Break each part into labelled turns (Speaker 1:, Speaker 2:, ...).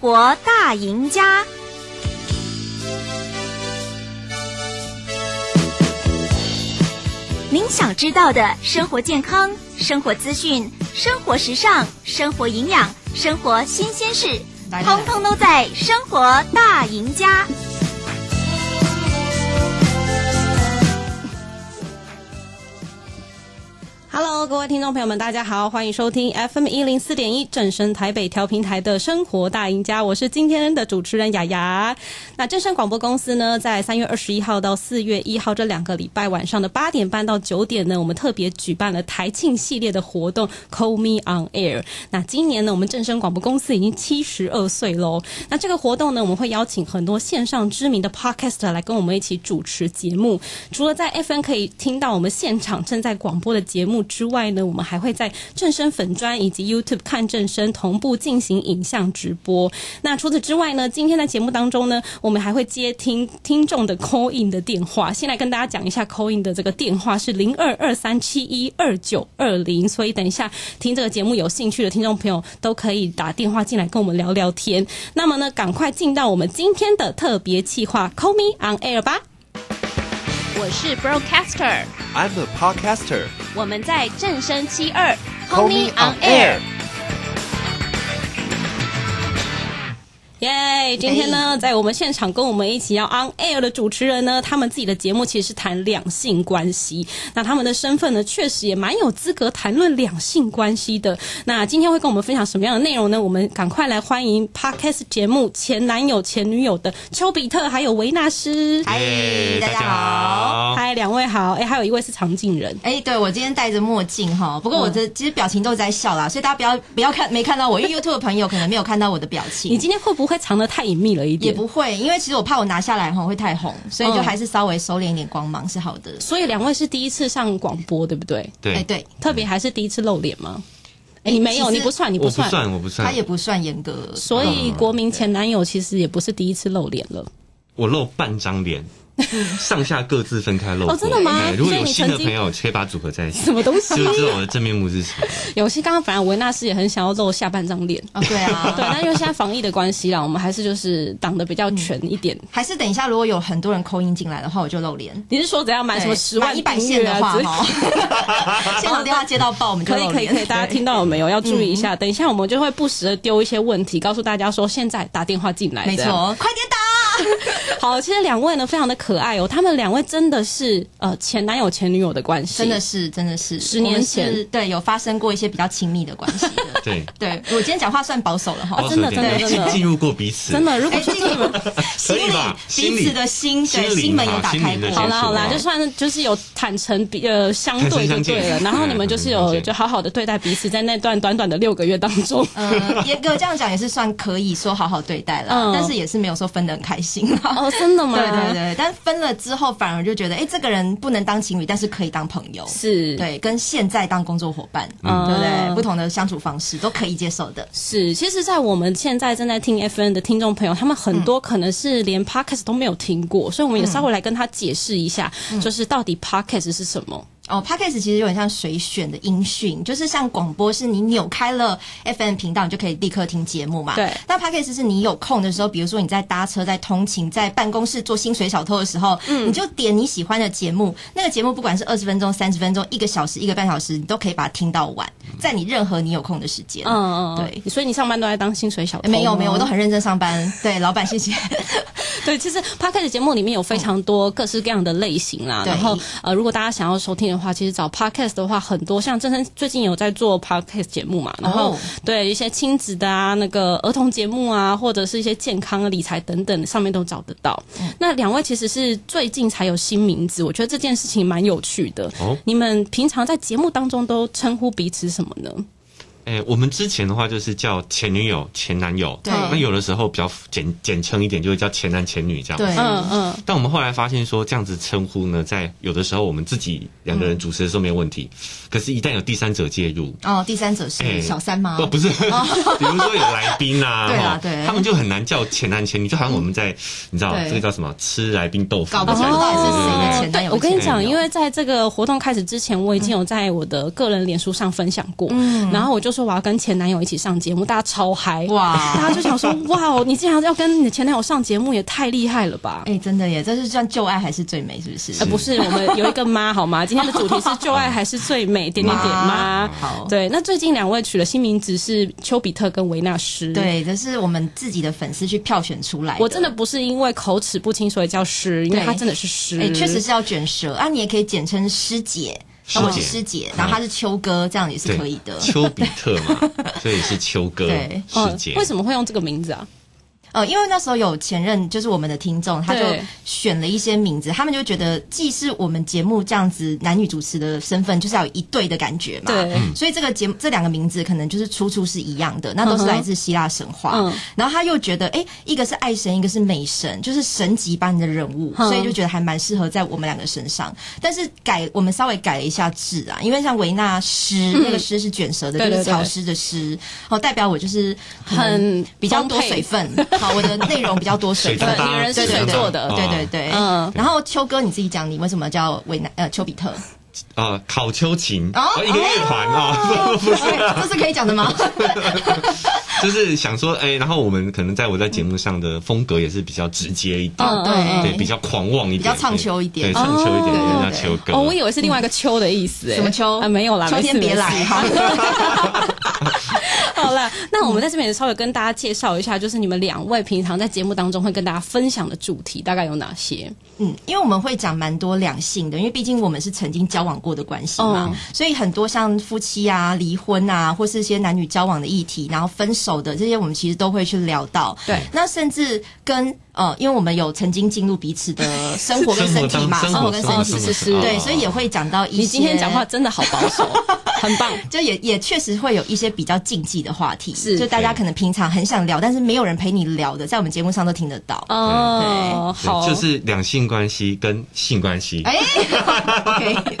Speaker 1: 活大赢家。您想知道的生活健康、生活资讯、生活时尚、生活营养、生活新鲜事，
Speaker 2: 来来来
Speaker 1: 通通都在《生活大赢家》。
Speaker 3: Hello，各位听众朋友们，大家好，欢迎收听 FM 一零四点一正声台北调频台的生活大赢家，我是今天的主持人雅雅。那正声广播公司呢，在三月二十一号到四月一号这两个礼拜晚上的八点半到九点呢，我们特别举办了台庆系列的活动 Call Me on Air。那今年呢，我们正声广播公司已经七十二岁喽。那这个活动呢，我们会邀请很多线上知名的 Podcast 来跟我们一起主持节目。除了在 FN 可以听到我们现场正在广播的节目之外呢，我们还会在正声粉专以及 YouTube 看正声同步进行影像直播。那除此之外呢，今天在节目当中呢，我们还会接听听众的 call in 的电话。先来跟大家讲一下 call in 的这个电话是零二二三七一二九二零，所以等一下听这个节目有兴趣的听众朋友都可以打电话进来跟我们聊聊天。那么呢，赶快进到我们今天的特别企划 Call Me on Air 吧。
Speaker 1: 我是 Broadcaster，
Speaker 4: I'm a podcaster.
Speaker 1: 我们在正声七二
Speaker 4: Call me on air.
Speaker 3: 耶今天
Speaker 4: 哎
Speaker 3: 呢，在我们现场跟我们一起要 on air 的主持人呢，他们自己的节目其实是谈两性关系。那他们的身份呢，确实也蛮有资格谈论两性关系的。那今天会跟我们分享什么样的内容呢？我们赶快来欢迎 podcast 节目前男友前女友的丘比特还有维纳斯。
Speaker 2: 嗨，大家
Speaker 4: 好，
Speaker 2: 好。
Speaker 3: 嗨，两位哎好。哎、还有一位是常静人。
Speaker 2: 哎、对我今天戴着墨镜哈，不过
Speaker 3: 嗯
Speaker 2: 我这其实表情都在笑啦，所以大家不要不要看没看到我，因为 YouTube 的朋友可能没有看到我的表
Speaker 3: 你
Speaker 2: 情，
Speaker 3: 今天会不会藏得太隐秘了一
Speaker 2: 也
Speaker 3: 点？
Speaker 2: 不会，因为其实我怕我拿下来哈会太红，所以就
Speaker 3: 嗯
Speaker 2: 还是稍微收敛一点光芒是好的。
Speaker 3: 所以两位是第一次上广播，对不对？
Speaker 2: 哎、
Speaker 4: 对，
Speaker 2: 对，
Speaker 3: 特别还是第一次露脸吗？哎、
Speaker 2: 哎
Speaker 3: 你没有，
Speaker 2: 其实
Speaker 3: 你不算，你
Speaker 4: 我不
Speaker 3: 算。
Speaker 4: 算，我不算，
Speaker 2: 他也不算严格，
Speaker 3: 嗯所以国民前男友其实也不是第一次露脸 了。
Speaker 4: 我露半张脸，上下各自分开露过。
Speaker 3: 哦真的吗
Speaker 4: 对如果
Speaker 3: 所以
Speaker 4: 有
Speaker 3: 你
Speaker 4: 新的
Speaker 3: 曾经
Speaker 4: 朋友，可以把它组合在 一起，
Speaker 3: 什么东西
Speaker 4: 就？知道我的正面目是什么。。
Speaker 3: 有些刚刚反而维纳斯也很想要露下半张 脸。
Speaker 2: 哦，对啊，
Speaker 3: 对，但因为现在防疫的关系啦，我们还是就是挡的比较全一点。
Speaker 2: 还是等一下如果有很多人扣音进来的话，我就露脸。
Speaker 3: 你是说怎样买什么十万
Speaker 2: 哎一百
Speaker 3: 订
Speaker 2: 线
Speaker 3: 阅
Speaker 2: 的
Speaker 3: 啊
Speaker 2: 话
Speaker 3: 之类
Speaker 2: 哈，现场电话接到爆，我们就
Speaker 3: 可以
Speaker 2: 露
Speaker 3: 可以
Speaker 2: 脸嗯
Speaker 3: 可以，大家听到了没有？要注意一下，等一下我们就会不时的丢一些问题，告诉大家说现在打电话进来。
Speaker 2: 对没
Speaker 3: 这样
Speaker 2: 错，快点打。
Speaker 3: 好，其实两位呢非常的可爱哦，他们两位真的是呃前男友前女友的关系，
Speaker 2: 真的是，真的是，
Speaker 3: 十年前
Speaker 2: 我们是对有发生过一些比较亲密的关系的
Speaker 4: 对，
Speaker 2: 对我今天讲话算保守了哈，
Speaker 4: 保
Speaker 3: 真的
Speaker 4: 守一点
Speaker 3: 真的真的
Speaker 4: 进进入过彼此，
Speaker 3: 真的。如果
Speaker 2: 哎，
Speaker 3: 说
Speaker 2: 这个
Speaker 4: 可
Speaker 2: 心
Speaker 4: 以
Speaker 2: 里
Speaker 4: 吧心里
Speaker 2: 彼此的心，对
Speaker 4: 心灵
Speaker 2: 心门
Speaker 4: 啊
Speaker 2: 有打
Speaker 4: 心
Speaker 2: 开
Speaker 4: 灵的
Speaker 2: 过。
Speaker 4: 接
Speaker 3: 好
Speaker 4: 触
Speaker 3: 啦好啦，
Speaker 4: 哦
Speaker 3: 就算就是有坦诚比呃相对就对了，
Speaker 4: 坦诚相见
Speaker 3: 然后你们就是
Speaker 4: 嗯了
Speaker 3: 有
Speaker 4: 解
Speaker 3: 就好好的对待彼此，在那段短短的六个月当中，
Speaker 2: 呃，严格这样讲也是算可以说好好对待
Speaker 3: 嗯
Speaker 2: 啦，但是也是没有说分得很开心啦。
Speaker 3: 哦，真的吗？
Speaker 2: 对对对，但分了之后反而就觉得，哎，这个人不能当情侣，但是可以当朋友。
Speaker 3: 是，
Speaker 2: 对，跟现在当工作伙伴，
Speaker 3: 嗯
Speaker 2: 对不对？
Speaker 3: 嗯
Speaker 2: 不同的相处方式都可以接受的。
Speaker 3: 是，其实，在我们现在正在听 FN 的听众朋友，他们很多可能是连 podcast 都没有听过，所以我们也稍微来跟他解释一下，
Speaker 2: 嗯
Speaker 3: 就是到底 podcast 是什么。
Speaker 2: 哦，Podcast 其实有点像随选的音讯，就是像广播，是你扭开了 FM 频道，你就可以立刻听节目嘛。
Speaker 3: 对
Speaker 2: 那 Podcast 是你有空的时候，比如说你在搭车、在通勤、在办公室做薪水小偷的时候，
Speaker 3: 嗯
Speaker 2: 你就点你喜欢的节目。那个节目不管是二十分钟、三十分钟、一个小时、一个半小时，你都可以把它听到完，在你任何你有空的时间。
Speaker 3: 嗯，哦
Speaker 2: 对。
Speaker 3: 所以你上班都在当薪水小偷吗？
Speaker 2: 没有没有，我都很认真上班。对，老板谢谢。
Speaker 3: 对，其实 podcast 节目里面有非常多各式各样的类型啦。
Speaker 2: 对
Speaker 3: 然后呃，如果大家想要收听的话，其实找 podcast 的话很多，像正生最近有在做 podcast 节目嘛，然后、
Speaker 2: 哦
Speaker 3: 对一些亲子的啊、那个儿童节目啊，或者是一些健康、理财等等，上面都找得到。
Speaker 2: 嗯
Speaker 3: 那两位其实是最近才有新名字，我觉得这件事情蛮有趣的。
Speaker 4: 哦
Speaker 3: 你们平常在节目当中都称呼彼此什么呢？
Speaker 4: 哎，我们之前的话就是叫前女友、前男友，
Speaker 2: 对
Speaker 4: 那有的时候比较简简称一点，就是叫前男前女这样。
Speaker 2: 对，
Speaker 3: 嗯嗯，
Speaker 4: 但我们后来发现说，这样子称呼呢，在有的时候我们自己两个人主持的时候没有问题，
Speaker 2: 嗯
Speaker 4: 可是，一旦有第三者介入，
Speaker 2: 哦，第三者
Speaker 4: 哎
Speaker 2: 是小三吗？
Speaker 4: 不，不 是，比如说有来宾啊，
Speaker 2: 嗯对啊
Speaker 4: 哦
Speaker 2: 对嗯
Speaker 4: 他们就很难叫前男前女，就好像我们在，你知道
Speaker 2: 对
Speaker 4: 这个叫什么，吃来宾豆腐
Speaker 2: 搞
Speaker 4: 的
Speaker 2: 不
Speaker 4: 感
Speaker 2: 清
Speaker 4: 觉，
Speaker 2: 楚到底是谁的
Speaker 4: 对对对
Speaker 2: 前男
Speaker 3: 哦
Speaker 2: 友
Speaker 3: 对我跟你
Speaker 4: 前男
Speaker 3: 讲，
Speaker 4: 友
Speaker 3: 因为在这个活动开始之前，我已经有在我的个人脸书上分享过，然后我就说我要跟前男友一起上节目，大家超嗨
Speaker 2: 嗯哇！
Speaker 3: 大家就想说哇哦，你竟然要跟你的前男友上节目，也太厉害了吧！
Speaker 2: 哎、真的耶，这是算旧爱还是最美，是不是？
Speaker 3: 呃，不是，我们有一个妈好吗？今天的主题是旧爱还是最美？点点点妈。
Speaker 2: 好，
Speaker 3: 对，那最近两位取的新名字是丘比特跟维纳斯。，
Speaker 2: 对，这是我们自己的粉丝去票选出来
Speaker 3: 我真的。不是因为口齿不清所以叫诗，因为
Speaker 2: 对
Speaker 3: 它真的是诗。
Speaker 2: 哎，确实是要卷舌啊！你也可以简称师姐，
Speaker 4: 师姐
Speaker 2: 我是师姐，然后他是秋哥，这样也是可以的。
Speaker 4: 丘比特 嘛，所以是丘哥
Speaker 2: 对哦
Speaker 4: 世界。
Speaker 3: 嗯为什么会用这个名字啊？
Speaker 2: 呃，因为那时候有前任，就是我们的听众，他就
Speaker 3: 对
Speaker 2: 选了一些名字，他们就觉得既是我们节目这样子男女主持的身份，就是要有一对的感觉嘛。
Speaker 3: 对嗯
Speaker 2: 所以这个节目这两个名字可能就是出处是一样的，那都是来自希腊神话。
Speaker 3: 嗯
Speaker 2: 然后他又觉得，哎、一个是爱神，一个是美神，就是神级般的人物，
Speaker 3: 嗯
Speaker 2: 所以就觉得还蛮适合在我们两个身上。但是改我们稍微改了一下字啊，因为像维纳诗、那个诗是卷舌的，
Speaker 3: 嗯对
Speaker 2: 就
Speaker 3: 对
Speaker 2: 是潮
Speaker 3: 对
Speaker 2: 湿的湿，哦，代表我就是可能
Speaker 3: 很
Speaker 2: 比较多
Speaker 3: 丰沛
Speaker 2: 水分，好，我的内容比较多水分
Speaker 4: 水，当当
Speaker 3: 女人是
Speaker 2: 对对
Speaker 3: 水
Speaker 2: 对
Speaker 3: 做的
Speaker 2: 对对对，
Speaker 3: 嗯
Speaker 2: 嗯。然后秋哥你自己讲，你为什么叫维南呃丘比特？
Speaker 4: 啊，考秋琴
Speaker 2: 哦
Speaker 4: 哦，一个乐团啊，
Speaker 2: 不是，这是可以讲的吗？
Speaker 4: 就是想说，哎，然后我们可能在我在节目上的风格也是比较直接一点，
Speaker 3: 嗯
Speaker 2: 哦对
Speaker 4: 对，比较狂妄一点，
Speaker 2: 比较唱秋一点
Speaker 4: 对，唱秋一点，
Speaker 2: 哦
Speaker 4: 人家秋哥。
Speaker 3: 哦，我以为是另外一个秋的意思、哎
Speaker 2: 什么秋
Speaker 3: 啊？没有啦，
Speaker 2: 秋天别来
Speaker 3: 没事。没事
Speaker 2: 哈。
Speaker 3: 好啦，那我们在这边也稍微跟大家介绍一下，就是你们两位平常在节目当中会跟大家分享的主题大概有哪些？
Speaker 2: 嗯，因为我们会讲蛮多两性的，因为毕竟我们是曾经交往过的关系嘛，
Speaker 3: 嗯
Speaker 2: 所以很多像夫妻啊、离婚啊，或是一些男女交往的议题，然后分手的这些，我们其实都会去聊到。
Speaker 3: 对
Speaker 2: 那甚至跟呃，因为我们有曾经进入彼此的生活跟身体嘛，
Speaker 4: 生
Speaker 2: 生
Speaker 4: 活当
Speaker 2: 活跟
Speaker 4: 生活生
Speaker 2: 身体，
Speaker 4: 活
Speaker 3: 是是是
Speaker 4: 哦
Speaker 2: 对，所以也会讲到一些。
Speaker 3: 你今天讲话真的好保 守，很棒。
Speaker 2: 就也也确实会有一些比较禁忌的话题，
Speaker 3: 是
Speaker 2: 就大家可能平常很想聊，但是没有人陪你聊的，在我们节目上都听得到。
Speaker 3: 哦，
Speaker 4: 对
Speaker 3: 好，
Speaker 4: 就是两性关系跟性关系
Speaker 2: 哎、o k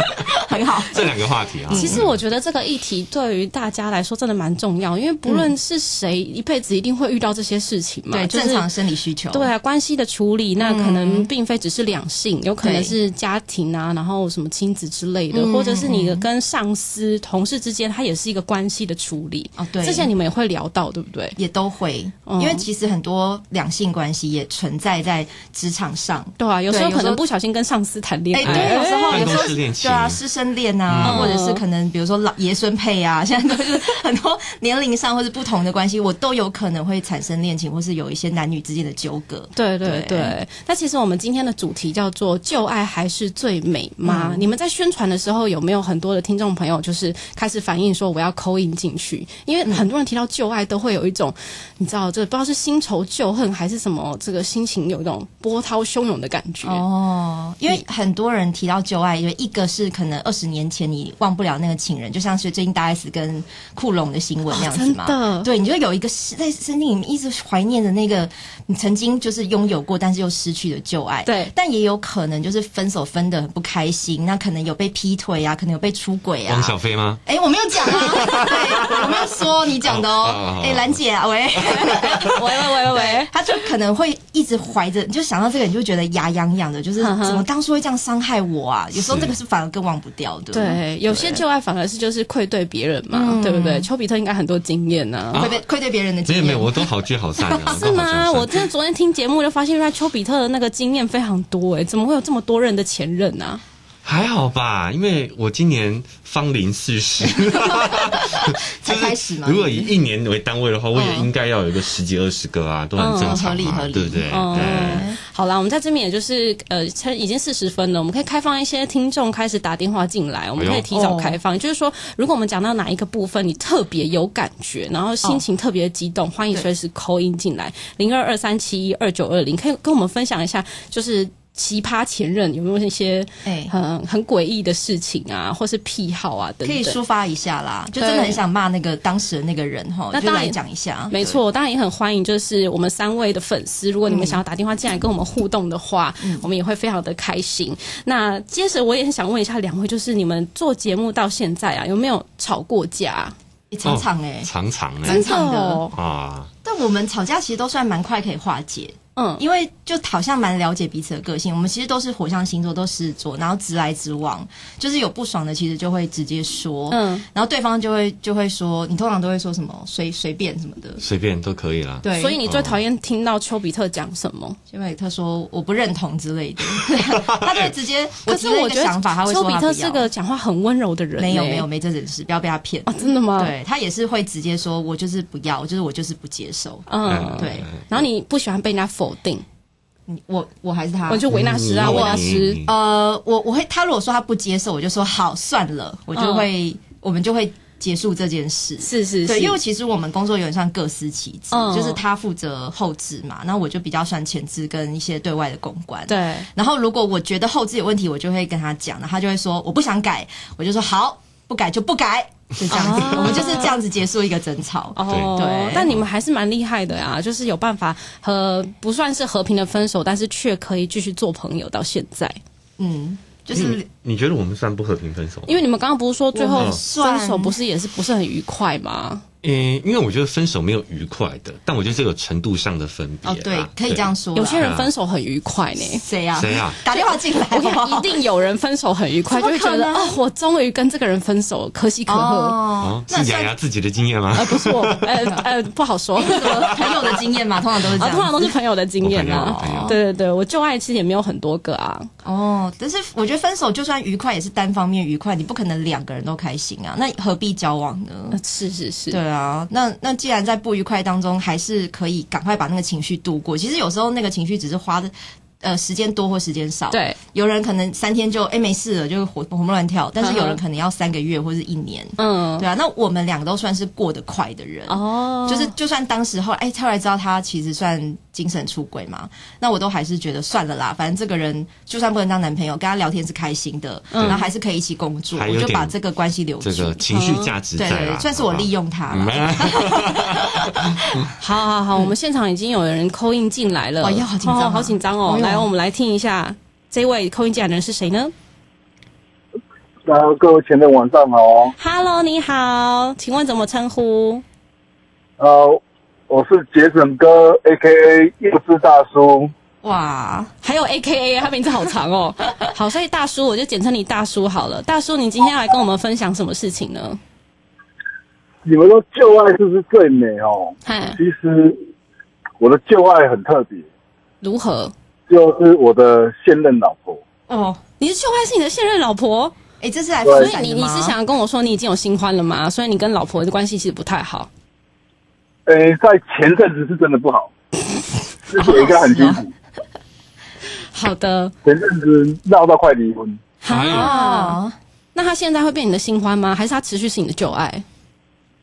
Speaker 2: 很好。
Speaker 4: 这两个话题啊。
Speaker 3: 其实我觉得这个议题对于大家来说真的蛮重要，因为不论是谁，一辈子一定会遇到这些事情嘛。
Speaker 2: 嗯对，
Speaker 3: 就是
Speaker 2: 正常生理需求。
Speaker 3: 对啊，关系的处理，那可能并非只是两性，有可能
Speaker 2: 嗯对
Speaker 3: 是家庭啊，然后什么亲子之类的，
Speaker 2: 嗯
Speaker 3: 或者是你的跟上司、同事之间，它也是一个关系的处理。
Speaker 2: 哦对
Speaker 3: 这些你们也会聊到，对不对？
Speaker 2: 也都会，
Speaker 3: 嗯
Speaker 2: 因为其实很多两性关系也存在在职场上。
Speaker 3: 对啊，有时候
Speaker 2: 对有
Speaker 3: 可
Speaker 2: 时
Speaker 3: 能
Speaker 2: 候
Speaker 3: 不小心跟上司谈恋
Speaker 2: 哎、
Speaker 3: 爱，
Speaker 2: 对，有时候
Speaker 4: 办
Speaker 2: 有时
Speaker 4: 公
Speaker 2: 候
Speaker 4: 室恋情
Speaker 2: 对啊，师生恋啊，
Speaker 3: 嗯
Speaker 2: 或者是可能比如说老爷孙配啊，现在都是很多年龄上或是不同的关系，我都有可能会产生恋情，或是有一些男女之间的纠葛。
Speaker 3: 对对
Speaker 2: 对
Speaker 3: 对，那其实我们今天的主题叫做“旧爱还是最美吗”你们在宣传的时候有没有很多的听众朋友就是开始反映说我要扣印进去？因为很多人提到旧爱都会有一种，你知道这不知道是新仇旧恨还是什么，这个心情有一种波涛汹涌的感觉。
Speaker 2: 哦，因为很多人提到旧爱，因为一个是可能二十年前你忘不了那个情人，就像是最近大 S 跟库龙的新闻那样子嘛，
Speaker 3: 哦真的
Speaker 2: 对，你就有一个是在身体里面一直怀念着那个你曾经就是拥有过，但是又失去的旧爱。
Speaker 3: 对
Speaker 2: 但也有可能就是分手分的很不开心，那可能有被劈腿啊，可能有被出轨
Speaker 4: 汪
Speaker 2: 啊。
Speaker 4: 小菲吗？
Speaker 2: 哎，我没有讲 啊，对，我没有说你讲的
Speaker 4: 哦哦
Speaker 2: 哦
Speaker 4: 哦。
Speaker 2: 哎，兰姐啊，喂。
Speaker 3: 喂喂喂喂喂，
Speaker 2: 他就可能会一直怀着，你就想到这个，你就觉得牙痒痒的，就是怎么当初会这样伤害我啊？有时候这个是反而更忘不掉的，，
Speaker 3: 对，嗯有些旧爱反而是就是愧对别人嘛，对不对？丘比特应该很多经验呢、
Speaker 4: 啊
Speaker 2: 会被愧对别人的经
Speaker 4: 没有
Speaker 2: 验。
Speaker 4: 没有，我都好聚好散 啊。
Speaker 3: 是
Speaker 4: 都好聚好
Speaker 3: 吗？
Speaker 4: 散
Speaker 3: 我真的昨天听节目就发现，原来丘比特的那个经验非常多哎、怎么会有这么多任的前任啊？
Speaker 4: 还好吧，因为我今年芳龄四 十，
Speaker 2: 才开始嘛
Speaker 4: 如果以一年为单位的话，我也
Speaker 2: 嗯
Speaker 4: 应该要有一个十几二十个啊，都很正常
Speaker 2: 合理
Speaker 4: 嘛
Speaker 2: 合理
Speaker 4: 对不对？
Speaker 3: 哦
Speaker 4: 对，
Speaker 3: 好啦，我们在这边也就是呃，趁已经四十分了，我们可以开放一些听众开始打电话进来，我
Speaker 2: 哎
Speaker 3: 们可以提早开放。就是说，如果我们讲到哪一个部分你特别有感觉，然后心情特别激动，欢迎随时扣音进来，零二二三七一二九二零，可以跟我们分享一下，就是。奇葩前任有没有那些
Speaker 2: 哎
Speaker 3: 很很诡异的事情啊，或是癖好啊等
Speaker 2: 可
Speaker 3: 等？
Speaker 2: 以抒发一下啦，就真的很想骂那个当时的那个人哈，
Speaker 3: 那
Speaker 2: 就
Speaker 3: 当然
Speaker 2: 来讲一下，啊
Speaker 3: 没错，当然也很欢迎，就是我们三位的粉丝，如果你们想要打电话进来跟我们互动的话，
Speaker 2: 嗯
Speaker 3: 我们也会非常的开心。那接着我也很想问一下两位，就是你们做节目到现在啊，有没有吵过架啊？
Speaker 2: 对，常常哎，
Speaker 4: 常常哎
Speaker 2: 真的哦
Speaker 3: 真的哦
Speaker 4: 啊，
Speaker 2: 但我们吵架其实都算蛮快可以化解，
Speaker 3: 嗯，
Speaker 2: 因为就好像蛮了解彼此的个性，我们其实都是火象星座，都狮子座，然后直来直往，就是有不爽的，其实就会直接说，
Speaker 3: 嗯，
Speaker 2: 然后对方就会就会说，你通常都会说什么随随便什么的，
Speaker 4: 随便都可以啦。
Speaker 2: 对，
Speaker 3: 所以你最讨厌听到丘比特讲什么？
Speaker 2: 因为他说我不认同之类的， 对啊他就会直接，
Speaker 3: 可是
Speaker 2: 提了一
Speaker 3: 我
Speaker 2: 个
Speaker 3: 觉得
Speaker 2: 想法，他会说
Speaker 3: 丘比
Speaker 2: 他不
Speaker 3: 特
Speaker 2: 要
Speaker 3: 是个讲话很温柔的人、
Speaker 2: 没有
Speaker 3: 欸
Speaker 2: 没有没这件事，不要被他骗。
Speaker 3: 啊，真的吗？，
Speaker 2: 对他也是会直接说，我就是不要，就是我就是不接受。
Speaker 4: 哎
Speaker 3: 嗯，
Speaker 2: 对
Speaker 3: 然后你不喜欢被人家否定，
Speaker 2: 你我我还是他，
Speaker 3: 我就维纳斯啊，
Speaker 4: 嗯
Speaker 3: 维纳斯，
Speaker 2: 呃，我我会他如果说他不接受，我就说好算了，我就会、我们就会结束这件事。
Speaker 3: 嗯是是
Speaker 2: 对，
Speaker 3: 是，
Speaker 2: 因为其实我们工作有点像各司其职，
Speaker 3: 嗯
Speaker 2: 就是他负责后置嘛，然后我就比较算前置跟一些对外的公关。
Speaker 3: 对，
Speaker 2: 然后如果我觉得后置有问题，我就会跟他讲，然后他就会说我不想改，我就说好，不改就不改，就这样子，
Speaker 3: 啊
Speaker 2: 我们就是这样子结束一个争吵。
Speaker 3: 哦，
Speaker 2: 对
Speaker 3: 但你们还是蛮厉害的呀，就是有办法和不算是和平的分手，但是却可以继续做朋友到现在。
Speaker 2: 嗯，就
Speaker 4: 你
Speaker 2: 是、
Speaker 4: 你你觉得我们算不和平分手吗？
Speaker 3: 因为你们刚刚不是说最后
Speaker 4: 嗯
Speaker 2: 我们算
Speaker 3: 分手不是也是不是很愉快吗？
Speaker 4: 诶、呃因为我觉得分手没有愉快的，但我觉得这有程度上的分别、啊
Speaker 2: 哦，对，可以这样。说啦。
Speaker 3: 有些人分手很愉快呢。
Speaker 2: 谁呀、
Speaker 4: 谁啊
Speaker 2: 打电话进来好
Speaker 3: 我
Speaker 2: 不
Speaker 3: 跟你
Speaker 2: 好，
Speaker 3: 讲，一定有人分手很愉 快，
Speaker 2: 怎
Speaker 3: 就
Speaker 2: 么
Speaker 3: 会觉得
Speaker 2: 可能
Speaker 3: 哦，我终于跟这个人分手了，可喜可贺。
Speaker 2: 哦
Speaker 4: 哦，，是雅雅自己的经验吗？
Speaker 3: 呃，不是我，呃呃，不好 说。
Speaker 2: 朋友的经验嘛，通常都是这
Speaker 3: 啊，
Speaker 2: 样子。
Speaker 3: 通常都是朋友的经验
Speaker 4: 我朋友
Speaker 3: 啊
Speaker 4: 我朋友。
Speaker 3: 对对对，我旧爱其实也没有很多个啊。
Speaker 2: 哦，但是我觉得分手就算愉快，也是单方面愉快，你不可能两个人都开心啊，那何必交往呢？
Speaker 3: 呃是是是，
Speaker 2: 对啊，那那既然在不愉快当中，还是可以赶快把那个情绪度过。其实有时候那个情绪只是花的呃时间多或时间少。，
Speaker 3: 对，
Speaker 2: 有人可能三天就哎没事了，就活活蹦乱跳，但是有
Speaker 3: 嗯
Speaker 2: 人
Speaker 3: 哼
Speaker 2: 可能要三个月或是一年。
Speaker 3: 嗯，
Speaker 2: 对啊，那我们两个都算是过得快的人。
Speaker 3: 哦，
Speaker 2: 就是就算当时后来哎，后来知道他其实算精神出轨嘛，那我都还是觉得算了啦，反正这个人就算不能当男朋友，跟他聊天是开心的，
Speaker 3: 嗯
Speaker 2: 然后还是可以一起工作，
Speaker 4: 还
Speaker 2: 我
Speaker 4: 有
Speaker 2: 就把
Speaker 4: 点
Speaker 2: 这个关系留住。
Speaker 4: 这个情绪价值
Speaker 2: 对
Speaker 4: 在啦，
Speaker 2: 对，算是我利
Speaker 4: 用。
Speaker 2: 用他了。
Speaker 4: 嗯
Speaker 3: 好好好，我们现场已经有人扣印进来了，
Speaker 2: 嗯哇呀好紧张啊
Speaker 3: 哦好紧张哦
Speaker 2: 哎！呦
Speaker 3: 来，我们来听一下这位扣印进来的人是谁呢
Speaker 5: 然后呃各位前辈晚上好，
Speaker 3: ？Hello，你好，请问怎么称呼？
Speaker 5: 呃，我是杰森哥 A K A 幼稚大叔，
Speaker 2: 哇，
Speaker 3: 还有 A K A，他名字好长 哦。好，所以大叔，我就简称你大叔好了。大叔，你今天要来跟我们分享什么事情呢？
Speaker 5: 你们说旧爱是不是最美哦？
Speaker 3: 嗨，
Speaker 5: 其实我的旧爱很特别，
Speaker 3: 如何？
Speaker 5: 就是我的现任老婆。
Speaker 2: 哦，
Speaker 3: 你是秀爱是你的现任老婆，
Speaker 2: 哎，这是来
Speaker 5: 对
Speaker 2: 分
Speaker 3: 所以
Speaker 2: 享
Speaker 3: 你你是想跟我说你已经有新欢了吗？所以你跟老婆的关系其实不太好。
Speaker 5: 诶，在前阵子是真的不好，之前应该很清楚，
Speaker 3: 好的，
Speaker 5: 前阵子闹到快离婚。
Speaker 4: 哎呦
Speaker 3: 啊，
Speaker 2: 哦，
Speaker 3: 那他现在会变你的新欢吗？还是他持续是你的旧爱？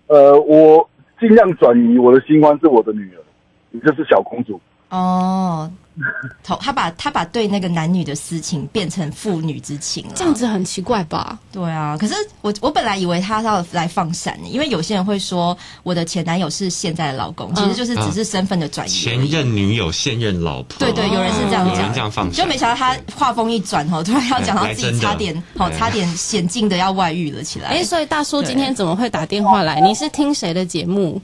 Speaker 5: 呃，我尽量转移我的新欢是我的女儿，也就是小公主。
Speaker 2: 哦，头他把他把对那个男女的私情变成父女之情了，
Speaker 3: 这样子很奇怪吧？
Speaker 2: 对啊，可是我我本来以为他要来放闪呢，因为有些人会说我的前男友是现在的老
Speaker 3: 嗯
Speaker 2: 公，其实就是只是身份的转移 而
Speaker 4: 前
Speaker 2: 已。
Speaker 4: 任女友、现任老婆，
Speaker 2: 对对，有人是这样
Speaker 4: 有人
Speaker 2: 讲，
Speaker 4: 这样放闪，
Speaker 2: 就没想到他话锋一转哦，突然要讲到自己差点
Speaker 4: 哎来
Speaker 2: 哦，
Speaker 4: 真的
Speaker 2: 差点险境的要外遇了起
Speaker 3: 哎、
Speaker 2: 来。
Speaker 3: 所以大叔
Speaker 2: 对
Speaker 3: 今天怎么会打电话来？你是听谁的节目？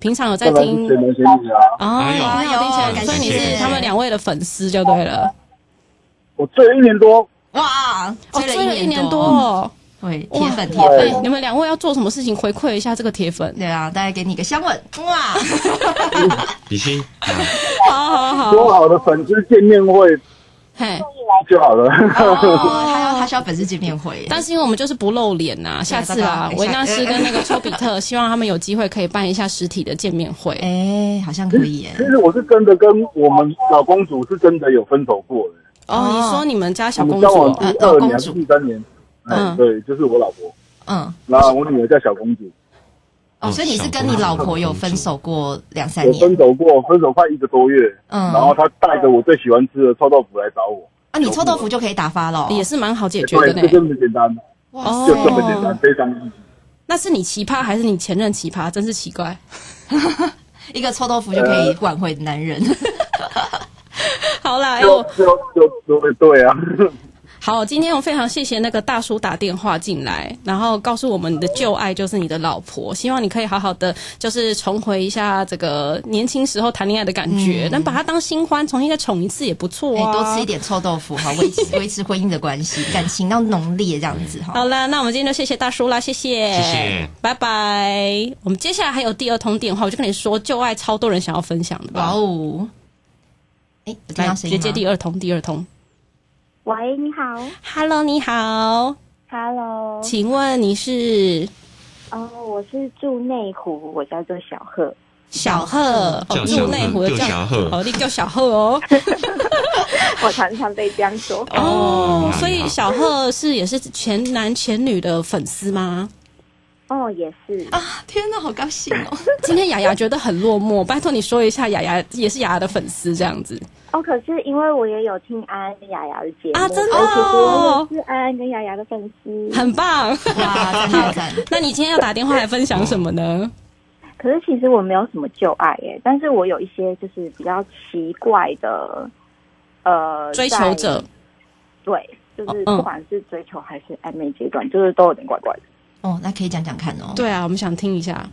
Speaker 3: 平常有在
Speaker 5: 当然是
Speaker 3: 听
Speaker 5: 谁能谁女啊？
Speaker 3: 哦，
Speaker 4: 哎
Speaker 3: 平
Speaker 4: 呦
Speaker 3: 常有听谁的
Speaker 4: 哎呦
Speaker 3: 所以你
Speaker 4: 感
Speaker 3: 是
Speaker 4: 谢
Speaker 3: 他们两位的粉丝就对了。
Speaker 5: 我追了一年多，
Speaker 2: 哇，
Speaker 3: 哦，
Speaker 2: 追了
Speaker 3: 一
Speaker 2: 一年
Speaker 3: 多，哦，
Speaker 2: 对，铁粉铁
Speaker 5: 哇
Speaker 3: 哎、
Speaker 2: 粉，
Speaker 3: 你们两位要做什么事情回馈一下这个铁粉？
Speaker 2: 对啊，大概给你个香吻， 哇，
Speaker 4: 比心，啊
Speaker 3: 好好好，
Speaker 5: 说好的粉丝见面会
Speaker 3: 嘿，
Speaker 5: 就好了。
Speaker 2: 哦，他要他需要粉丝见面会，
Speaker 3: 但是因为我们就是不露脸呐、下次啊
Speaker 2: 拜，拜
Speaker 3: 维纳斯跟那个丘比 特，希望他们有机会可以办一下实体的见面会。
Speaker 2: 哎，好像可以耶
Speaker 5: 其，实我是真的跟我们老公主是真的有分手过的，
Speaker 3: 哦，你说你们家小
Speaker 5: 我
Speaker 3: 公
Speaker 5: 们
Speaker 3: 主
Speaker 5: 交往
Speaker 3: 哦，
Speaker 5: 第二年还是第三年，
Speaker 3: 嗯
Speaker 5: 嗯，对，就是我老婆，
Speaker 2: 嗯，
Speaker 5: 然后我女儿叫小公主，
Speaker 2: 哦，所以你是跟你老婆有分手过两
Speaker 3: 哎
Speaker 2: 三
Speaker 5: 我
Speaker 2: 年
Speaker 5: 分？手过，分手快一个多月，
Speaker 2: 嗯
Speaker 5: 然后她带着我最喜欢吃的臭豆腐来找我，
Speaker 2: 啊，你臭豆腐就可以打发了、
Speaker 3: 哦也是蛮好解决
Speaker 5: 对，
Speaker 3: 的
Speaker 5: 就
Speaker 3: 呢。哦
Speaker 5: 这么简单，
Speaker 3: 哇
Speaker 5: 就这么简单，非常易。
Speaker 3: 那是你奇葩还是你前任奇葩？真是奇怪。
Speaker 2: 一个臭豆腐就可以挽回男人。
Speaker 3: 好啦，哎
Speaker 5: 就
Speaker 3: 我
Speaker 5: 就就对对啊，
Speaker 3: 好，今天我非常谢谢那个大叔打电话进来，然后告诉我们你的旧爱就是你的老婆，希望你可以好好的，就是重回一下这个年轻时候谈恋爱的感觉，
Speaker 4: 嗯
Speaker 3: 能把它当新欢，重新再宠一次也不 错
Speaker 2: 哎、
Speaker 3: 啊。
Speaker 2: 多吃一。点臭豆腐哈，维持维持婚姻的关系，感情要浓烈这样子哈。
Speaker 3: 好了，那我们今天就谢谢大叔啦，谢谢，
Speaker 4: 谢谢，
Speaker 3: 拜拜。我们接下来还有第二通电话，我就跟你说，旧爱超多人想要分享的
Speaker 2: 哇
Speaker 3: 吧。
Speaker 2: 哦！哎、有听
Speaker 3: 来，
Speaker 2: 到声音
Speaker 3: 直接
Speaker 2: 吗？
Speaker 3: 第二通，第二通。
Speaker 6: 喂，你好
Speaker 3: Hello，你好，
Speaker 6: ，Hello，
Speaker 3: 请问你是
Speaker 6: 哦，我是住内湖，我叫做小贺。
Speaker 3: 小贺，
Speaker 4: 叫
Speaker 3: 哦，
Speaker 4: 小贺
Speaker 3: 住内湖的
Speaker 4: 叫小贺
Speaker 3: 哦，你叫小贺哦。
Speaker 6: 我常常被这样说，
Speaker 3: 哦
Speaker 4: 你，好
Speaker 3: 所
Speaker 4: 你
Speaker 3: 以
Speaker 4: 好
Speaker 3: 小贺是也是前男前女的粉丝吗？
Speaker 6: 哦，也是，
Speaker 2: 啊！天哪，好高兴哦！
Speaker 3: 今天雅雅觉得很落寞，拜托你说一下，雅雅也是雅雅的粉丝这样子。
Speaker 6: 哦，可是因为我也有听安安跟雅雅的节目
Speaker 3: 啊真的哦
Speaker 6: 哦其实我也是安安跟雅雅的粉丝。
Speaker 3: 很 棒。
Speaker 2: 哇，赞赞赞！
Speaker 3: 那你今天要打电话来分享什么呢？
Speaker 6: 可是其实我没有什么旧爱耶，但是我有一些就是比较奇怪的，呃，
Speaker 3: 追求者
Speaker 6: 在，对，就是
Speaker 3: 哦嗯
Speaker 6: 不管是追求还是暧昧阶段，就是都有点怪怪的。
Speaker 2: 哦，那可以讲讲看哦。
Speaker 3: 对啊，我们想听一下。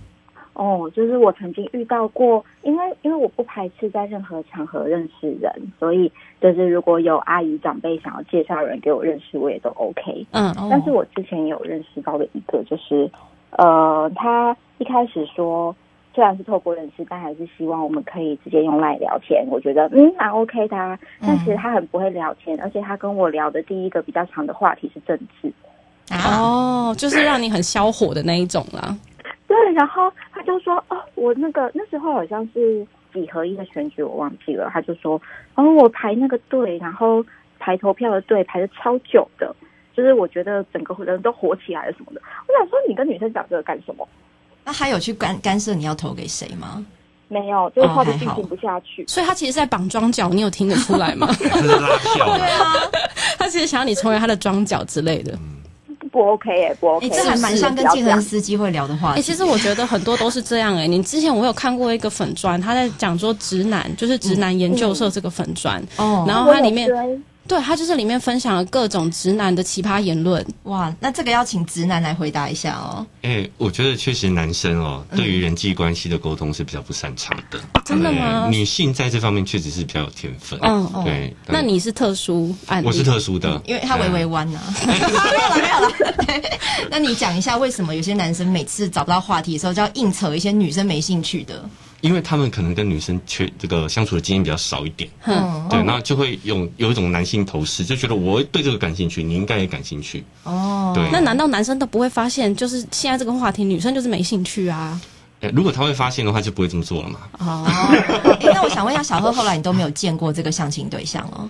Speaker 6: 哦，就是我曾经遇到过，因为因为我不排斥在任何场合认识人，所以就是如果有阿姨长辈想要介绍人给我认识，我也都 OK。
Speaker 3: 嗯，
Speaker 2: 哦，
Speaker 6: 但是我之前有认识到的一个，就是呃，他一开始说虽然是透过认识，但还是希望我们可以直接用赖聊天。我觉得嗯蛮 OK 的、啊，但其实他很不会聊天，而且他跟我聊的第一个比较长的话题是政治。
Speaker 2: 啊，
Speaker 3: 哦，就是让你很消火的那一种啦。
Speaker 6: 对，然后他就说哦，我那个那时候好像是几合一的选举，我忘记了。他就说哦，我排那个队，然后排投票的队排的超久的，就是我觉得整个人都火起来了什么的。我想说，你跟女生讲这个干什么？
Speaker 2: 那还有去干干涉你要投给谁吗？
Speaker 6: 没有，就是
Speaker 2: 哦
Speaker 6: 话题
Speaker 2: 还
Speaker 6: 进
Speaker 2: 好
Speaker 6: 行不下去。
Speaker 3: 所以他其实，在绑庄脚，你有听得出来 吗？
Speaker 4: 他是拉票啊，
Speaker 3: 他其实想要你成为他的庄脚之类的。
Speaker 6: 不 OK 哎、不
Speaker 3: 哦
Speaker 6: OK，、
Speaker 2: 哎、这还蛮像跟计程司机会聊的话
Speaker 3: 哎、
Speaker 2: 题。
Speaker 3: 其实我觉得很多都是这样哎、你之前我有看过一个粉砖，他在讲说直男，就是直男研究社这个粉砖，
Speaker 2: 哦，
Speaker 3: 然
Speaker 2: 然后
Speaker 3: 后
Speaker 6: 我
Speaker 3: 它
Speaker 6: 有
Speaker 3: 里面
Speaker 6: 追
Speaker 3: 对他就是里面分享了各种直男的奇葩言论。
Speaker 2: 哇，那这个要请直男来回答一下哦。
Speaker 4: 哎、我觉得确实男生哦，对于人际关系的沟通是比较不擅长的。
Speaker 3: 嗯真的吗
Speaker 4: 对女性在这方面确实是比较有天分。
Speaker 3: 嗯
Speaker 2: 哦
Speaker 4: 对。
Speaker 3: 那你是特殊案例？
Speaker 4: 我是特殊的，
Speaker 2: 因为他微微
Speaker 4: 嗯
Speaker 2: 弯呐、啊 没有了，没有了。对那你讲一下为什么有些男生每次找不到话题的时候，就要硬扯一些女生没兴趣的？
Speaker 4: 因为他们可能跟女生缺这个相处的经验比较少一点，
Speaker 2: 嗯，
Speaker 3: 哦
Speaker 4: 对，那就会有有一种男性投射，就觉得我对这个感兴趣，你应该也感兴趣，
Speaker 2: 哦，
Speaker 4: 对。
Speaker 3: 那难道男生都不会发现，就是现在这个话题，女生就是没兴趣啊？
Speaker 4: 哎如果他会发现的话，就不会这么做了嘛。
Speaker 3: 哦，
Speaker 2: 哎那我想问一下，小贺后来你都没有见过这个相亲对象哦？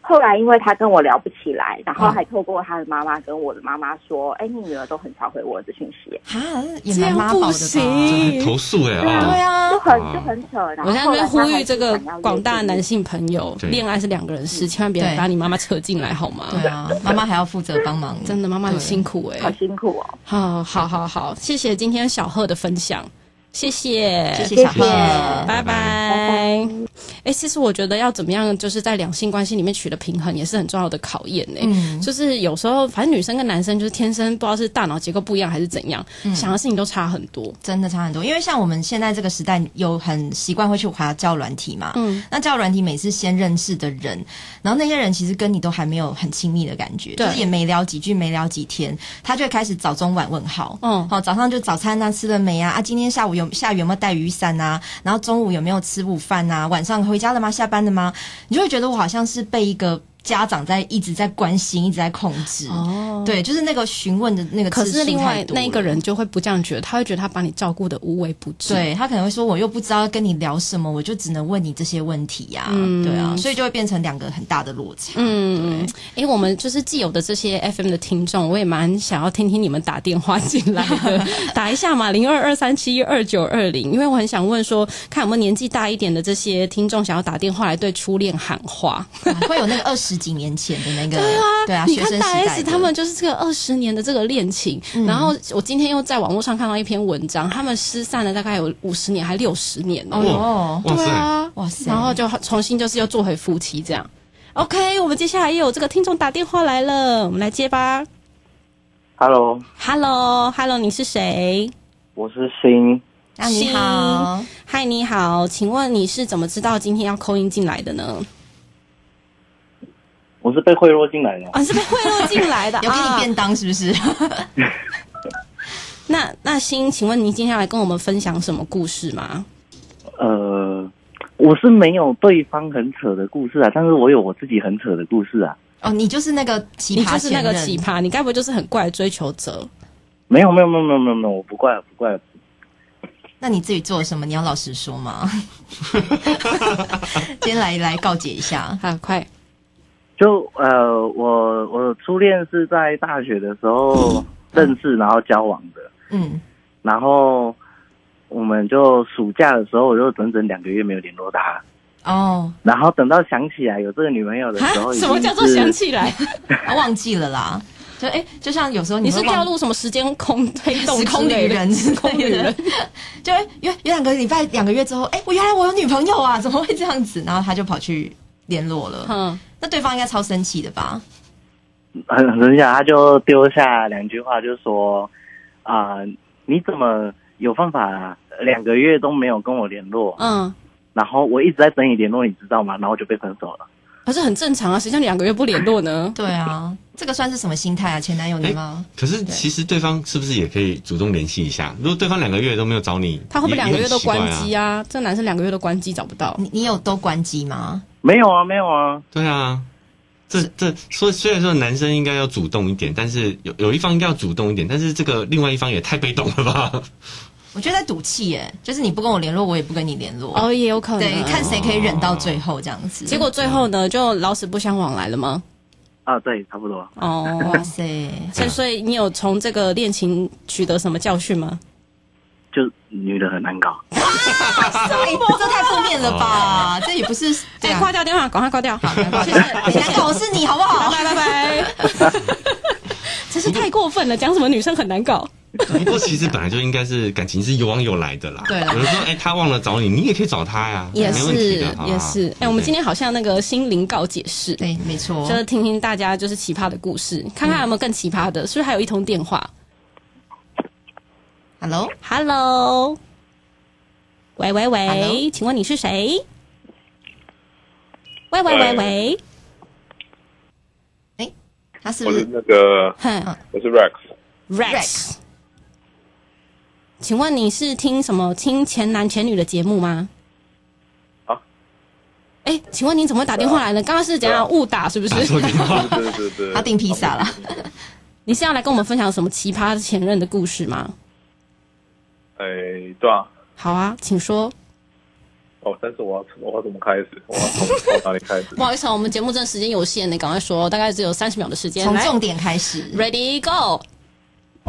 Speaker 6: 后来因为他跟我聊不起
Speaker 3: 哦
Speaker 6: 来，然后还透过他的妈妈跟我的妈妈说，哎、你女儿都很少回我的讯息耶，
Speaker 2: 哈，也
Speaker 3: 这
Speaker 2: 蛮
Speaker 3: 样
Speaker 2: 妈
Speaker 3: 不
Speaker 2: 宝的吧？
Speaker 3: 行。
Speaker 4: 投诉哎、
Speaker 2: 对
Speaker 4: 啊，
Speaker 2: 啊
Speaker 6: 就，很就很扯。然
Speaker 3: 哦我
Speaker 6: 后
Speaker 3: 在那
Speaker 6: 后来
Speaker 3: 边
Speaker 6: 他
Speaker 3: 呼
Speaker 6: 还
Speaker 3: 吁
Speaker 6: 是
Speaker 3: 这个
Speaker 6: 想要约
Speaker 3: 广大
Speaker 6: 出去
Speaker 3: 男性朋友，
Speaker 4: 对
Speaker 3: 恋爱是两个人事，千万别
Speaker 2: 对
Speaker 3: 把你妈妈扯进来好吗？
Speaker 2: 对啊，妈妈还要负责帮忙，
Speaker 3: 真的，妈妈很
Speaker 2: 对
Speaker 3: 辛苦哎、
Speaker 6: 好辛苦哦。
Speaker 3: 好好好好，谢谢今天小贺的分享，谢谢，
Speaker 2: 谢谢小
Speaker 4: 谢谢
Speaker 2: 贺。
Speaker 3: 拜
Speaker 4: 拜
Speaker 3: 拜。哎、其实我觉得要怎么样，就是在两性关系里面取得平衡，也是很重要的考验呢、
Speaker 2: 嗯
Speaker 3: 就是有时候，反正女生跟男生就是天生不知道是大脑结构不一样还是怎样，想的事情都差很多。
Speaker 2: 真的差很多，因为像我们现在这个时代，有很习惯会去滑交友软体嘛。
Speaker 3: 嗯，
Speaker 2: 那交友软体每次先认识的人，然后那些人其实跟你都还没有很亲密的感觉，
Speaker 3: 对
Speaker 2: 就是也没聊几句，没聊几天，他就会开始早中晚问号。
Speaker 3: 嗯
Speaker 2: 好、早上就早餐啊吃了没啊？啊，今天下午有下雨有没有带雨伞啊？然后中午有没有吃午饭啊？晚上回家了吗？下班了吗？你就会觉得我好像是被一个。家长在一直在关心，一直在控制，
Speaker 3: 哦
Speaker 2: 对，就是那个询问的那个
Speaker 3: 可
Speaker 2: 次
Speaker 3: 是
Speaker 2: 数
Speaker 3: 另外
Speaker 2: 太多
Speaker 3: 那一个
Speaker 2: 了
Speaker 3: 人就会不这样觉得，他会觉得他把你照顾的无微不至。
Speaker 2: 对他可能会说，我又不知道跟你聊什么，我就只能问你这些问题呀、
Speaker 3: 嗯
Speaker 2: 对啊，所以就会变成两个很大的落差。
Speaker 3: 嗯，因为我们就是既有的这些 FM 的听众，我也蛮想要听听你们打电话进来 的，打一下嘛，零二二三七二九二零，因为我很想问说，看有没有年纪大一点的这些听众想要打电话来对初恋喊话。
Speaker 2: 啊 会有那个二十几年前的那个，对啊，
Speaker 3: 你
Speaker 2: 学
Speaker 3: 看
Speaker 2: 生
Speaker 3: 大
Speaker 2: 时代
Speaker 3: S
Speaker 2: 的嗯
Speaker 3: 他们就是这个二十年的这个恋情，然后我今天又在网络上看到一篇文章，他们失散了大概有五十年还六十年哦
Speaker 2: 哦，
Speaker 4: 哇塞，
Speaker 3: 对啊，
Speaker 2: 哇塞
Speaker 3: 然后就重新就是又做回夫妻这样。 OK，我们接下来也有这个听众打电话来了，我们来接吧。
Speaker 7: Hello，
Speaker 3: Hello，Hello，你是谁？
Speaker 7: 我是新，
Speaker 2: 啊，你好，
Speaker 3: 嗨，你好，请问你是怎么知道今天要扣音进来的
Speaker 2: 哦
Speaker 3: 呢？
Speaker 7: 我是被贿赂进来的。
Speaker 3: 啊，是被贿赂进来的
Speaker 2: 有给你
Speaker 3: 啊
Speaker 2: 便当是不是？
Speaker 3: 那那星，请问您今天要来跟我们分享什么故事吗？
Speaker 7: 呃，我是没有对方很扯的故事啊，但是我有我自己很扯的故事啊。
Speaker 2: 哦，你就是那个奇
Speaker 3: 你
Speaker 2: 葩，
Speaker 3: 就是那个奇。葩，你该不会就是很怪的追求者？
Speaker 7: 没有没有没有没有没有没有，我不怪我不怪。
Speaker 2: 那你自己做了什么？你要老实说吗？ 今天来来告解一下。
Speaker 3: 啊，快！
Speaker 7: 就呃，我我初恋是在大学的时候认识，然后交往的，
Speaker 2: 嗯，
Speaker 7: 然后我们就暑假的时候，我就整整两个月没有联络他。
Speaker 2: 哦，
Speaker 7: 然后等到想起来有这个女朋友的
Speaker 3: 啊
Speaker 7: 时候，，已
Speaker 3: 什么
Speaker 7: 经
Speaker 3: 叫做
Speaker 7: 是
Speaker 3: 想起来？
Speaker 2: 啊忘记了啦。就哎、就像有时候
Speaker 3: 你
Speaker 2: 你
Speaker 3: 是
Speaker 2: 会忘
Speaker 3: 掉入什么时间 空推动
Speaker 2: 时空
Speaker 3: 之类
Speaker 2: 旅
Speaker 3: 的
Speaker 2: 人之
Speaker 3: 时空
Speaker 2: 类
Speaker 3: 旅
Speaker 2: 的
Speaker 3: 人？，
Speaker 2: 就哎原原两个礼拜两个月之后，哎、我原来我有女朋友啊，怎么会这样子？然后他就跑去联络了，
Speaker 3: 嗯，
Speaker 2: 那对方应该超生气的吧？
Speaker 7: 很很想，他就丢下两句话，就说啊、你怎么有办法两个月都没有跟我联络？
Speaker 3: 嗯，
Speaker 7: 然后我一直在等你联络，你知道吗？然后我就被分手了。
Speaker 3: 可是很正常啊，谁叫你两个月不联络呢？
Speaker 2: 对啊，这个算是什么心态啊？前男友你吗？
Speaker 4: 可是其实对方是不是也可以主动联系一下？如果对方两个月都没有找你，
Speaker 3: 他会不会两个月都关机
Speaker 4: 啊？
Speaker 3: 啊？这男生两个月都关机找不到，
Speaker 2: 你你有都关机吗？
Speaker 7: 没有啊，没有啊，
Speaker 4: 对啊，这这说虽然说男生应该要主动一点，但是有有一方应该要主动一点，但是这个另外一方也太被动了 吧？
Speaker 2: 我觉得在赌气耶，就是你不跟我联络，我也不跟你联络。
Speaker 3: 哦，也有可能。
Speaker 2: 对，看谁可以忍到最后这样子。
Speaker 3: 结果最后呢，就老死不相往来了吗？
Speaker 7: 啊，对，差不多。
Speaker 3: 哦
Speaker 2: 哇，塞，
Speaker 3: 所以所以你有从这个恋情取得什么教训吗？
Speaker 7: 就女的很难搞。
Speaker 2: 哎这太负面了吧？这也不是对
Speaker 3: 哎，
Speaker 2: 啊
Speaker 3: 挂掉电话，赶快挂掉，好，赶快挂
Speaker 2: 就
Speaker 3: 掉
Speaker 2: 是 你难搞的是你好 不好？
Speaker 3: 拜拜拜拜。 真是太过分了，讲什么女生很难搞。
Speaker 4: 不过其实本来就应该是感情是有往有来的啦。
Speaker 2: 对啦
Speaker 4: 有的时候哎、他忘了找你，你也可以找他呀，
Speaker 3: 也
Speaker 4: 没问题
Speaker 3: 是
Speaker 4: 的，好啊不好
Speaker 3: 也是。哎、我们今天好像那个心灵告解室，
Speaker 2: 对，没错
Speaker 3: 就。是听听大家就是奇葩的故事，看看有没有更奇葩的，是不是还有一通电话
Speaker 2: Hello，
Speaker 3: ？Hello，喂喂喂
Speaker 2: Hello
Speaker 3: 请问你是谁？喂喂喂喂，
Speaker 2: 他是
Speaker 8: 我
Speaker 2: 不
Speaker 8: 是
Speaker 2: 是？
Speaker 8: 那个，
Speaker 3: 哼
Speaker 8: 我是 Rex，
Speaker 3: ，Rex，请问你是听什么听前男前女的节目吗？
Speaker 8: 啊，
Speaker 3: 哎、请问你怎么会打电话来呢？刚刚是怎样误打是不
Speaker 4: 打错
Speaker 3: 是？
Speaker 4: 电话
Speaker 8: 对对对对，
Speaker 2: 他订披萨了。
Speaker 3: 你是要来跟我们分享什么奇葩的前任的故事吗？
Speaker 8: 哎，对啊，
Speaker 3: 好啊，请说。
Speaker 8: 哦，但是我要我要怎么开始？我要从从哪里开 始
Speaker 3: 不？好意思啊，我们节目真的时间有限，你赶快说，大概只有三十秒的时间。
Speaker 2: 从
Speaker 3: 来
Speaker 2: 重点开始。
Speaker 3: ，Ready Go！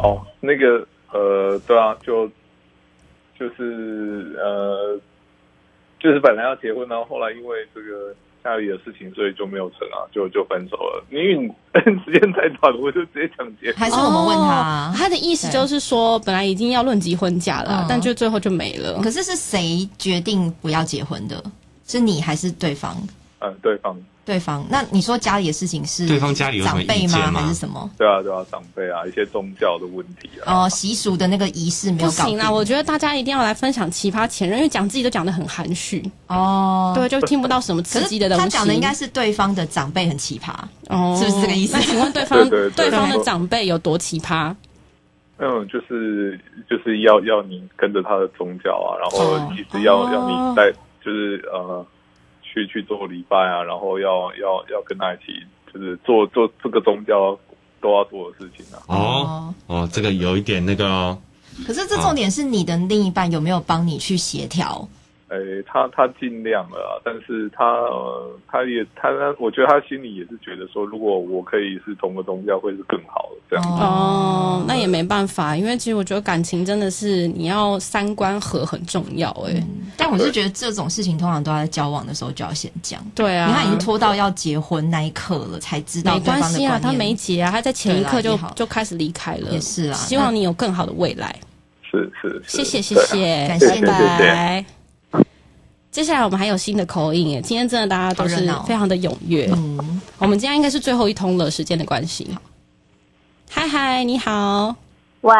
Speaker 8: 哦，那个呃，对啊，就就是呃，就是本来要结婚，然后后来因为这个家里的事情，所以就没有成啊，就就分手了。因为你时间太短了，我就直接讲结婚。
Speaker 2: 还是我们问他
Speaker 3: 哦，他的意思就是说，本来已经要论及婚嫁了
Speaker 2: 嗯，
Speaker 3: 但就最后就没了。
Speaker 2: 可是是谁决定不要结婚的？是你还是对方？
Speaker 8: 嗯，对方，
Speaker 2: 对方？那你说家里的事情是
Speaker 4: 对方家里有什么
Speaker 2: 长
Speaker 4: 意
Speaker 2: 辈
Speaker 4: 见
Speaker 2: 吗？
Speaker 4: 吗
Speaker 2: 还是什么？
Speaker 8: 对啊，对啊，长辈啊，一些宗教的问题啊，
Speaker 2: 哦，习俗的那个仪式没
Speaker 3: 不
Speaker 2: 有搞
Speaker 3: 行啊啦，
Speaker 2: 定
Speaker 3: 我觉得大家一定要来分享奇葩前任，因为讲自己都讲的很含蓄，
Speaker 2: 哦，
Speaker 3: 对，就听不到什么刺
Speaker 2: 可
Speaker 3: 激
Speaker 2: 是
Speaker 3: 的东西。
Speaker 2: 他讲的应该是对方的长辈很奇葩，
Speaker 3: 哦
Speaker 2: 是不是这个意思
Speaker 3: 那请问对方
Speaker 8: 对对对
Speaker 3: 对方的长辈有多奇葩？
Speaker 8: 嗯，就是就是要要你跟着他的宗教啊，然后一直要、
Speaker 3: 哦
Speaker 8: 要你带，就是呃，去去做礼拜啊，然后要要要跟他一起，就是做做这个宗教都要做的事情啊。
Speaker 4: 哦哦，这个有一点那个哦，
Speaker 2: 可是这重点是你的另一半有没有帮你去协调？
Speaker 8: 诶，他他尽量了啊、但是他呃，他也他他，我觉得他心里也是觉得说，如果我可以是同个宗教，会是更好的这样。
Speaker 3: 哦，那也没办法，因为其实我觉得感情真的是你要三观合很重要，哎，
Speaker 2: 但我是觉得这种事情通常都要在交往的时候就要先讲。
Speaker 3: 对啊，
Speaker 2: 你看，已经拖到要结婚那一刻了，才知道
Speaker 3: 没
Speaker 2: 对方
Speaker 3: 关
Speaker 2: 的
Speaker 3: 系啊，
Speaker 2: 观
Speaker 3: 他
Speaker 2: 念
Speaker 3: 没结啊，他在前一刻
Speaker 2: 对啦也
Speaker 3: 就
Speaker 2: 好
Speaker 3: 就开始离开了，
Speaker 2: 也是啊
Speaker 3: 希望你有更好的未来，
Speaker 8: 是是是，
Speaker 3: 谢谢谢
Speaker 8: 对啊
Speaker 3: 谢，
Speaker 2: 感谢
Speaker 3: 拜拜。接下来我们还有新的口音耶，今天真的大家都
Speaker 2: 好
Speaker 3: 是
Speaker 2: 热闹
Speaker 3: 非常的踊跃。
Speaker 2: 嗯，
Speaker 3: 我们今天应该是最后一通了，时间的关系。嗨嗨，你好，
Speaker 6: 喂，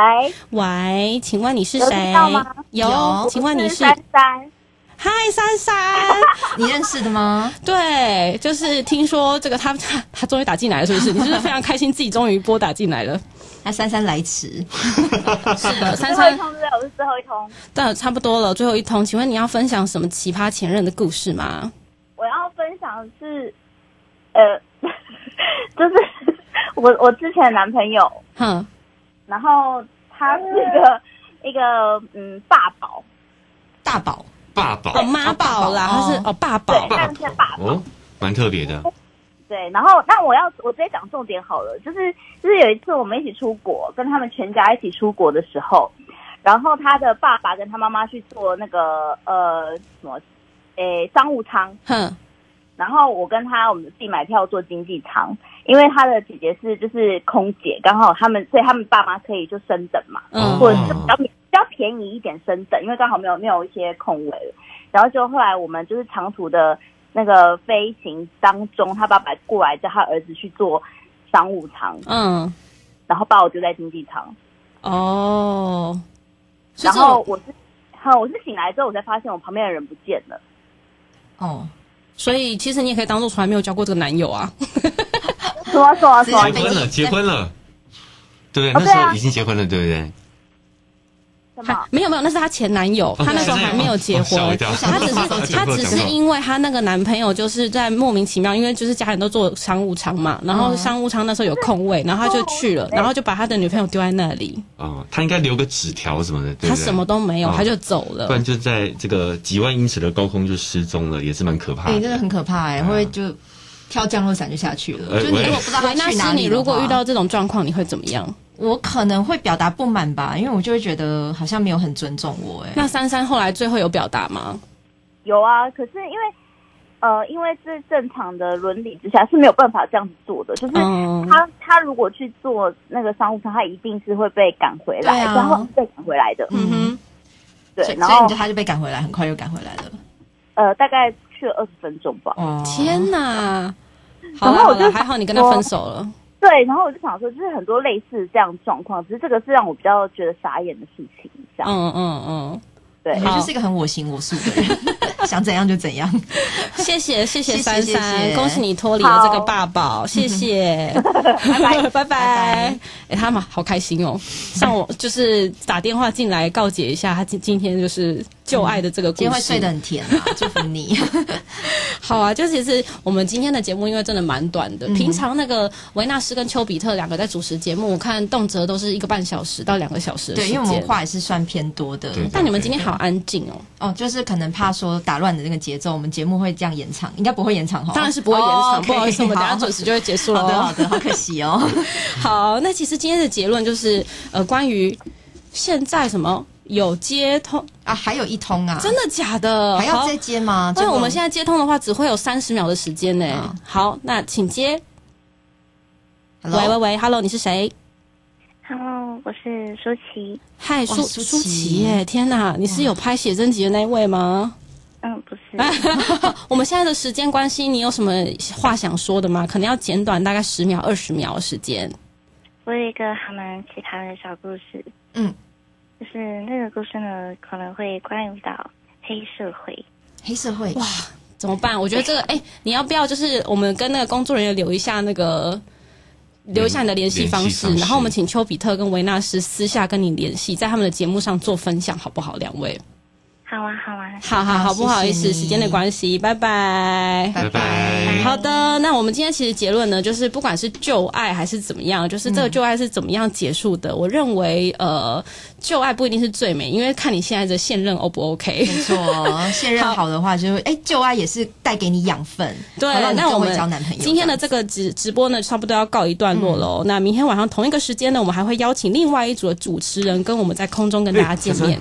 Speaker 3: 喂，请问你是
Speaker 6: 有
Speaker 3: 谁
Speaker 6: 听到吗？
Speaker 3: 有，
Speaker 2: 有
Speaker 3: 请问你是
Speaker 6: 三？三，
Speaker 3: 嗨，珊珊，
Speaker 2: 你认识的吗？
Speaker 3: 对，就是听说这个他他他终于打进来了，是不是？你是不是非常开心自己终于拨打进来了？
Speaker 2: 那姗姗来迟，
Speaker 3: 是的，珊
Speaker 6: 最后
Speaker 3: 珊，
Speaker 6: 一通对不对？我是最后一通，
Speaker 3: 但差不多了，最后一通，请问你要分享什么奇葩前任的故事吗？
Speaker 6: 我要分享的是，呃， 就是 我我之前的男朋友，
Speaker 3: 哼，
Speaker 6: 然后他是一个一个嗯爸宝，
Speaker 2: 大宝
Speaker 4: 爸宝
Speaker 3: 哦，妈宝啦，
Speaker 2: 哦
Speaker 3: 他是哦爸
Speaker 6: 对
Speaker 3: 宝，，
Speaker 6: 那
Speaker 4: 宝
Speaker 6: 是爸宝。
Speaker 4: 哦，蛮特别的。
Speaker 6: 对，然后那我要我直接讲重点好了，就是就是有一次我们一起出国，跟他们全家一起出国的时候，然后他的爸爸跟他妈妈去坐那个呃什么，诶商务舱，
Speaker 3: 哼，
Speaker 6: 然后我跟他我们自己买票坐经济舱，因为他的姐姐是就是空姐，刚好他们所以他们爸妈可以就升等嘛，
Speaker 4: 哦
Speaker 3: 嗯
Speaker 6: 或者是比较比较便宜一点升等，因为刚好没有没有一些空位了。然后就后来我们就是长途的那个飞行当中，他爸爸过来叫他儿子去做商务舱，
Speaker 3: 嗯，
Speaker 6: 然后把我丢在经济舱。
Speaker 3: 哦，是
Speaker 6: 然
Speaker 3: 这
Speaker 6: 后
Speaker 3: 种
Speaker 6: 我是，好，我是醒来之后我才发现我旁边的人不见了。
Speaker 2: 哦，
Speaker 3: 所以其实你也可以当做从来没有交过这个男友啊。
Speaker 6: 说啊说啊
Speaker 2: 直
Speaker 6: 说啊
Speaker 2: 接
Speaker 4: 结，婚了，结婚了，对不对？那
Speaker 6: 哦
Speaker 4: 时
Speaker 6: 对
Speaker 4: 候
Speaker 6: 啊
Speaker 4: 已经结婚了，对不对？
Speaker 3: 还
Speaker 6: 什么？啊
Speaker 3: 没有没有，那是她前男友，她那时候还没有结婚
Speaker 4: 哦吓。我一跳，
Speaker 3: 她只 是她只是因为她那个男朋友就是在莫名其妙，因为就是家人都做商务舱嘛，然
Speaker 4: 嗯
Speaker 3: 后商务舱那时候有空位，然后他就去了，然后就把他的女朋友丢在那里，
Speaker 4: 哦，他应该留个纸条什么的，对
Speaker 3: 他
Speaker 4: 不对？
Speaker 3: 什么都没有，
Speaker 4: 哦
Speaker 3: 他就走
Speaker 4: 不
Speaker 3: 了
Speaker 4: 然。就在这个几万英尺的高空就失踪了，也是蛮可怕
Speaker 2: 哎、
Speaker 4: 的。
Speaker 2: 真的很可怕哎、会
Speaker 4: 嗯
Speaker 2: 不会就跳降落伞就下去了？
Speaker 4: 呃
Speaker 2: 就你
Speaker 4: 喂
Speaker 2: 如果不知道他
Speaker 3: 维纳
Speaker 2: 去
Speaker 3: 斯，
Speaker 2: 哪
Speaker 3: 你
Speaker 2: 里，
Speaker 3: 如果遇到。这种状况，你会怎么样？
Speaker 2: 我可能会表达不满吧，因为我就会觉得好像没有很尊重我哎、
Speaker 3: 那珊珊后来最后有表达吗？
Speaker 6: 有啊，可是因为呃，因为这正常的伦理之下是没有办法这样子做的，就是。
Speaker 2: 哦
Speaker 3: 嗯，
Speaker 6: 他他如果去做那个商务舱，他一定是会被赶回来，
Speaker 2: 对啊
Speaker 6: 然后被赶回来的。
Speaker 3: 嗯哼，
Speaker 2: 所
Speaker 6: 对，
Speaker 2: 以
Speaker 6: 然
Speaker 2: 所以
Speaker 6: 后
Speaker 2: 你就他就被赶回来，很快就赶回来了。
Speaker 6: 呃，大概去了二十分钟吧。
Speaker 2: 哦，
Speaker 3: 天哪！好了
Speaker 6: 然后
Speaker 3: 好
Speaker 6: 我就
Speaker 3: 了，还好你跟他分手了。
Speaker 6: 对，然后我就想说，就是很多类似这样的状况，只是这个是让我比较觉得傻眼的事情，这样、
Speaker 3: 嗯嗯嗯，
Speaker 6: 对。
Speaker 2: 你就是一个很我行我素的人，想怎样就怎样。
Speaker 3: 谢谢谢谢
Speaker 2: 谢谢
Speaker 3: 珊
Speaker 2: 谢
Speaker 3: 珊，
Speaker 2: 谢
Speaker 3: 恭喜你脱离了这个爸宝，谢 谢，拜 拜拜拜。哎，他们好开心哦，像我就是打电话进来告解一下，他今今天就是旧爱的这个故事，
Speaker 2: 今天会睡得很甜啊，祝福 你。
Speaker 3: 好啊，就其实我们今天的节目因为真的蛮短
Speaker 2: 嗯
Speaker 3: 的，平常那个维纳斯跟丘比特两个在主持节目，我看动辄都是一个半小时到两个小时的
Speaker 2: 对，
Speaker 3: 时
Speaker 2: 因为我们
Speaker 3: 间。
Speaker 2: 话也是算偏多的。
Speaker 4: 对
Speaker 3: 但你们今天好安静哦，
Speaker 2: 哦，就是可能怕说打乱的那个节奏，我们节目会这样延长，应该不会延长哈。
Speaker 3: 当然是不会延
Speaker 2: 哦
Speaker 3: 长，
Speaker 2: ，OK，
Speaker 3: 不好意思，我们等下
Speaker 2: 好
Speaker 3: 准时就会结束了。
Speaker 2: 好的，好的，好可惜哦。
Speaker 3: 好，那其实今天的结论就是，呃，关于现在什么有接通，
Speaker 2: 啊，还有一通啊，
Speaker 3: 真的假的？
Speaker 2: 还要
Speaker 3: 好
Speaker 2: 再接吗？
Speaker 3: 但我们现
Speaker 2: 在
Speaker 3: 在接通的话，只会有三十秒的时间呢、
Speaker 2: 好
Speaker 3: 好，那请接。喂喂
Speaker 2: 喂，
Speaker 3: 喂，Hello，你是谁？
Speaker 6: Hello，我嗯是舒淇。
Speaker 3: 嗨，
Speaker 2: 哇
Speaker 3: 舒
Speaker 2: 舒
Speaker 3: 舒淇
Speaker 2: 淇
Speaker 3: 耶！天哪，你是有拍写真集的那一位吗？
Speaker 6: 嗯，不是
Speaker 3: 我们现在的时间关系，你有什么话想说的吗？可能要简短，大概十秒、二十秒的时间。
Speaker 6: 我有一个还蛮奇葩的小故事。
Speaker 2: 嗯，
Speaker 6: 就是那个故事呢，可能会关于到黑社会。
Speaker 2: 黑社会哇，
Speaker 3: 怎么办？我觉得这个，哎、你要不要就是我们跟那个工作人员留一下那个，留一下你的联系方
Speaker 4: 联系
Speaker 3: 式，
Speaker 4: 方式
Speaker 3: 然后我们请丘比特跟维纳斯私下跟你联系，在他们的节目上做分享，好不好？两位，
Speaker 6: 好啊，好啊，
Speaker 3: 好好好，
Speaker 2: 好
Speaker 3: 不好意思，
Speaker 2: 谢谢你
Speaker 3: 时间的关系，拜拜。
Speaker 4: 拜拜。
Speaker 3: 好的，那我们今天其实结论呢，就是不管是旧爱还是怎么样，就是这个旧爱是怎么样结束的。我认为，呃，旧爱不一定是最美，因为看你现在的现任 O 不 OK。
Speaker 2: 没错，现任好的话就会，哎，旧爱也是带给你养分，
Speaker 3: 对
Speaker 2: 好让，你
Speaker 3: 那
Speaker 2: 更
Speaker 3: 我
Speaker 2: 会
Speaker 3: 们
Speaker 2: 交男朋友。
Speaker 3: 今天的
Speaker 2: 这
Speaker 3: 这
Speaker 2: 嗯
Speaker 3: 个直直播呢，差不多要告一段落喽。那明天晚上同一个时间呢，我们还会邀请另外一组的主持人跟我们在空中跟大家见面。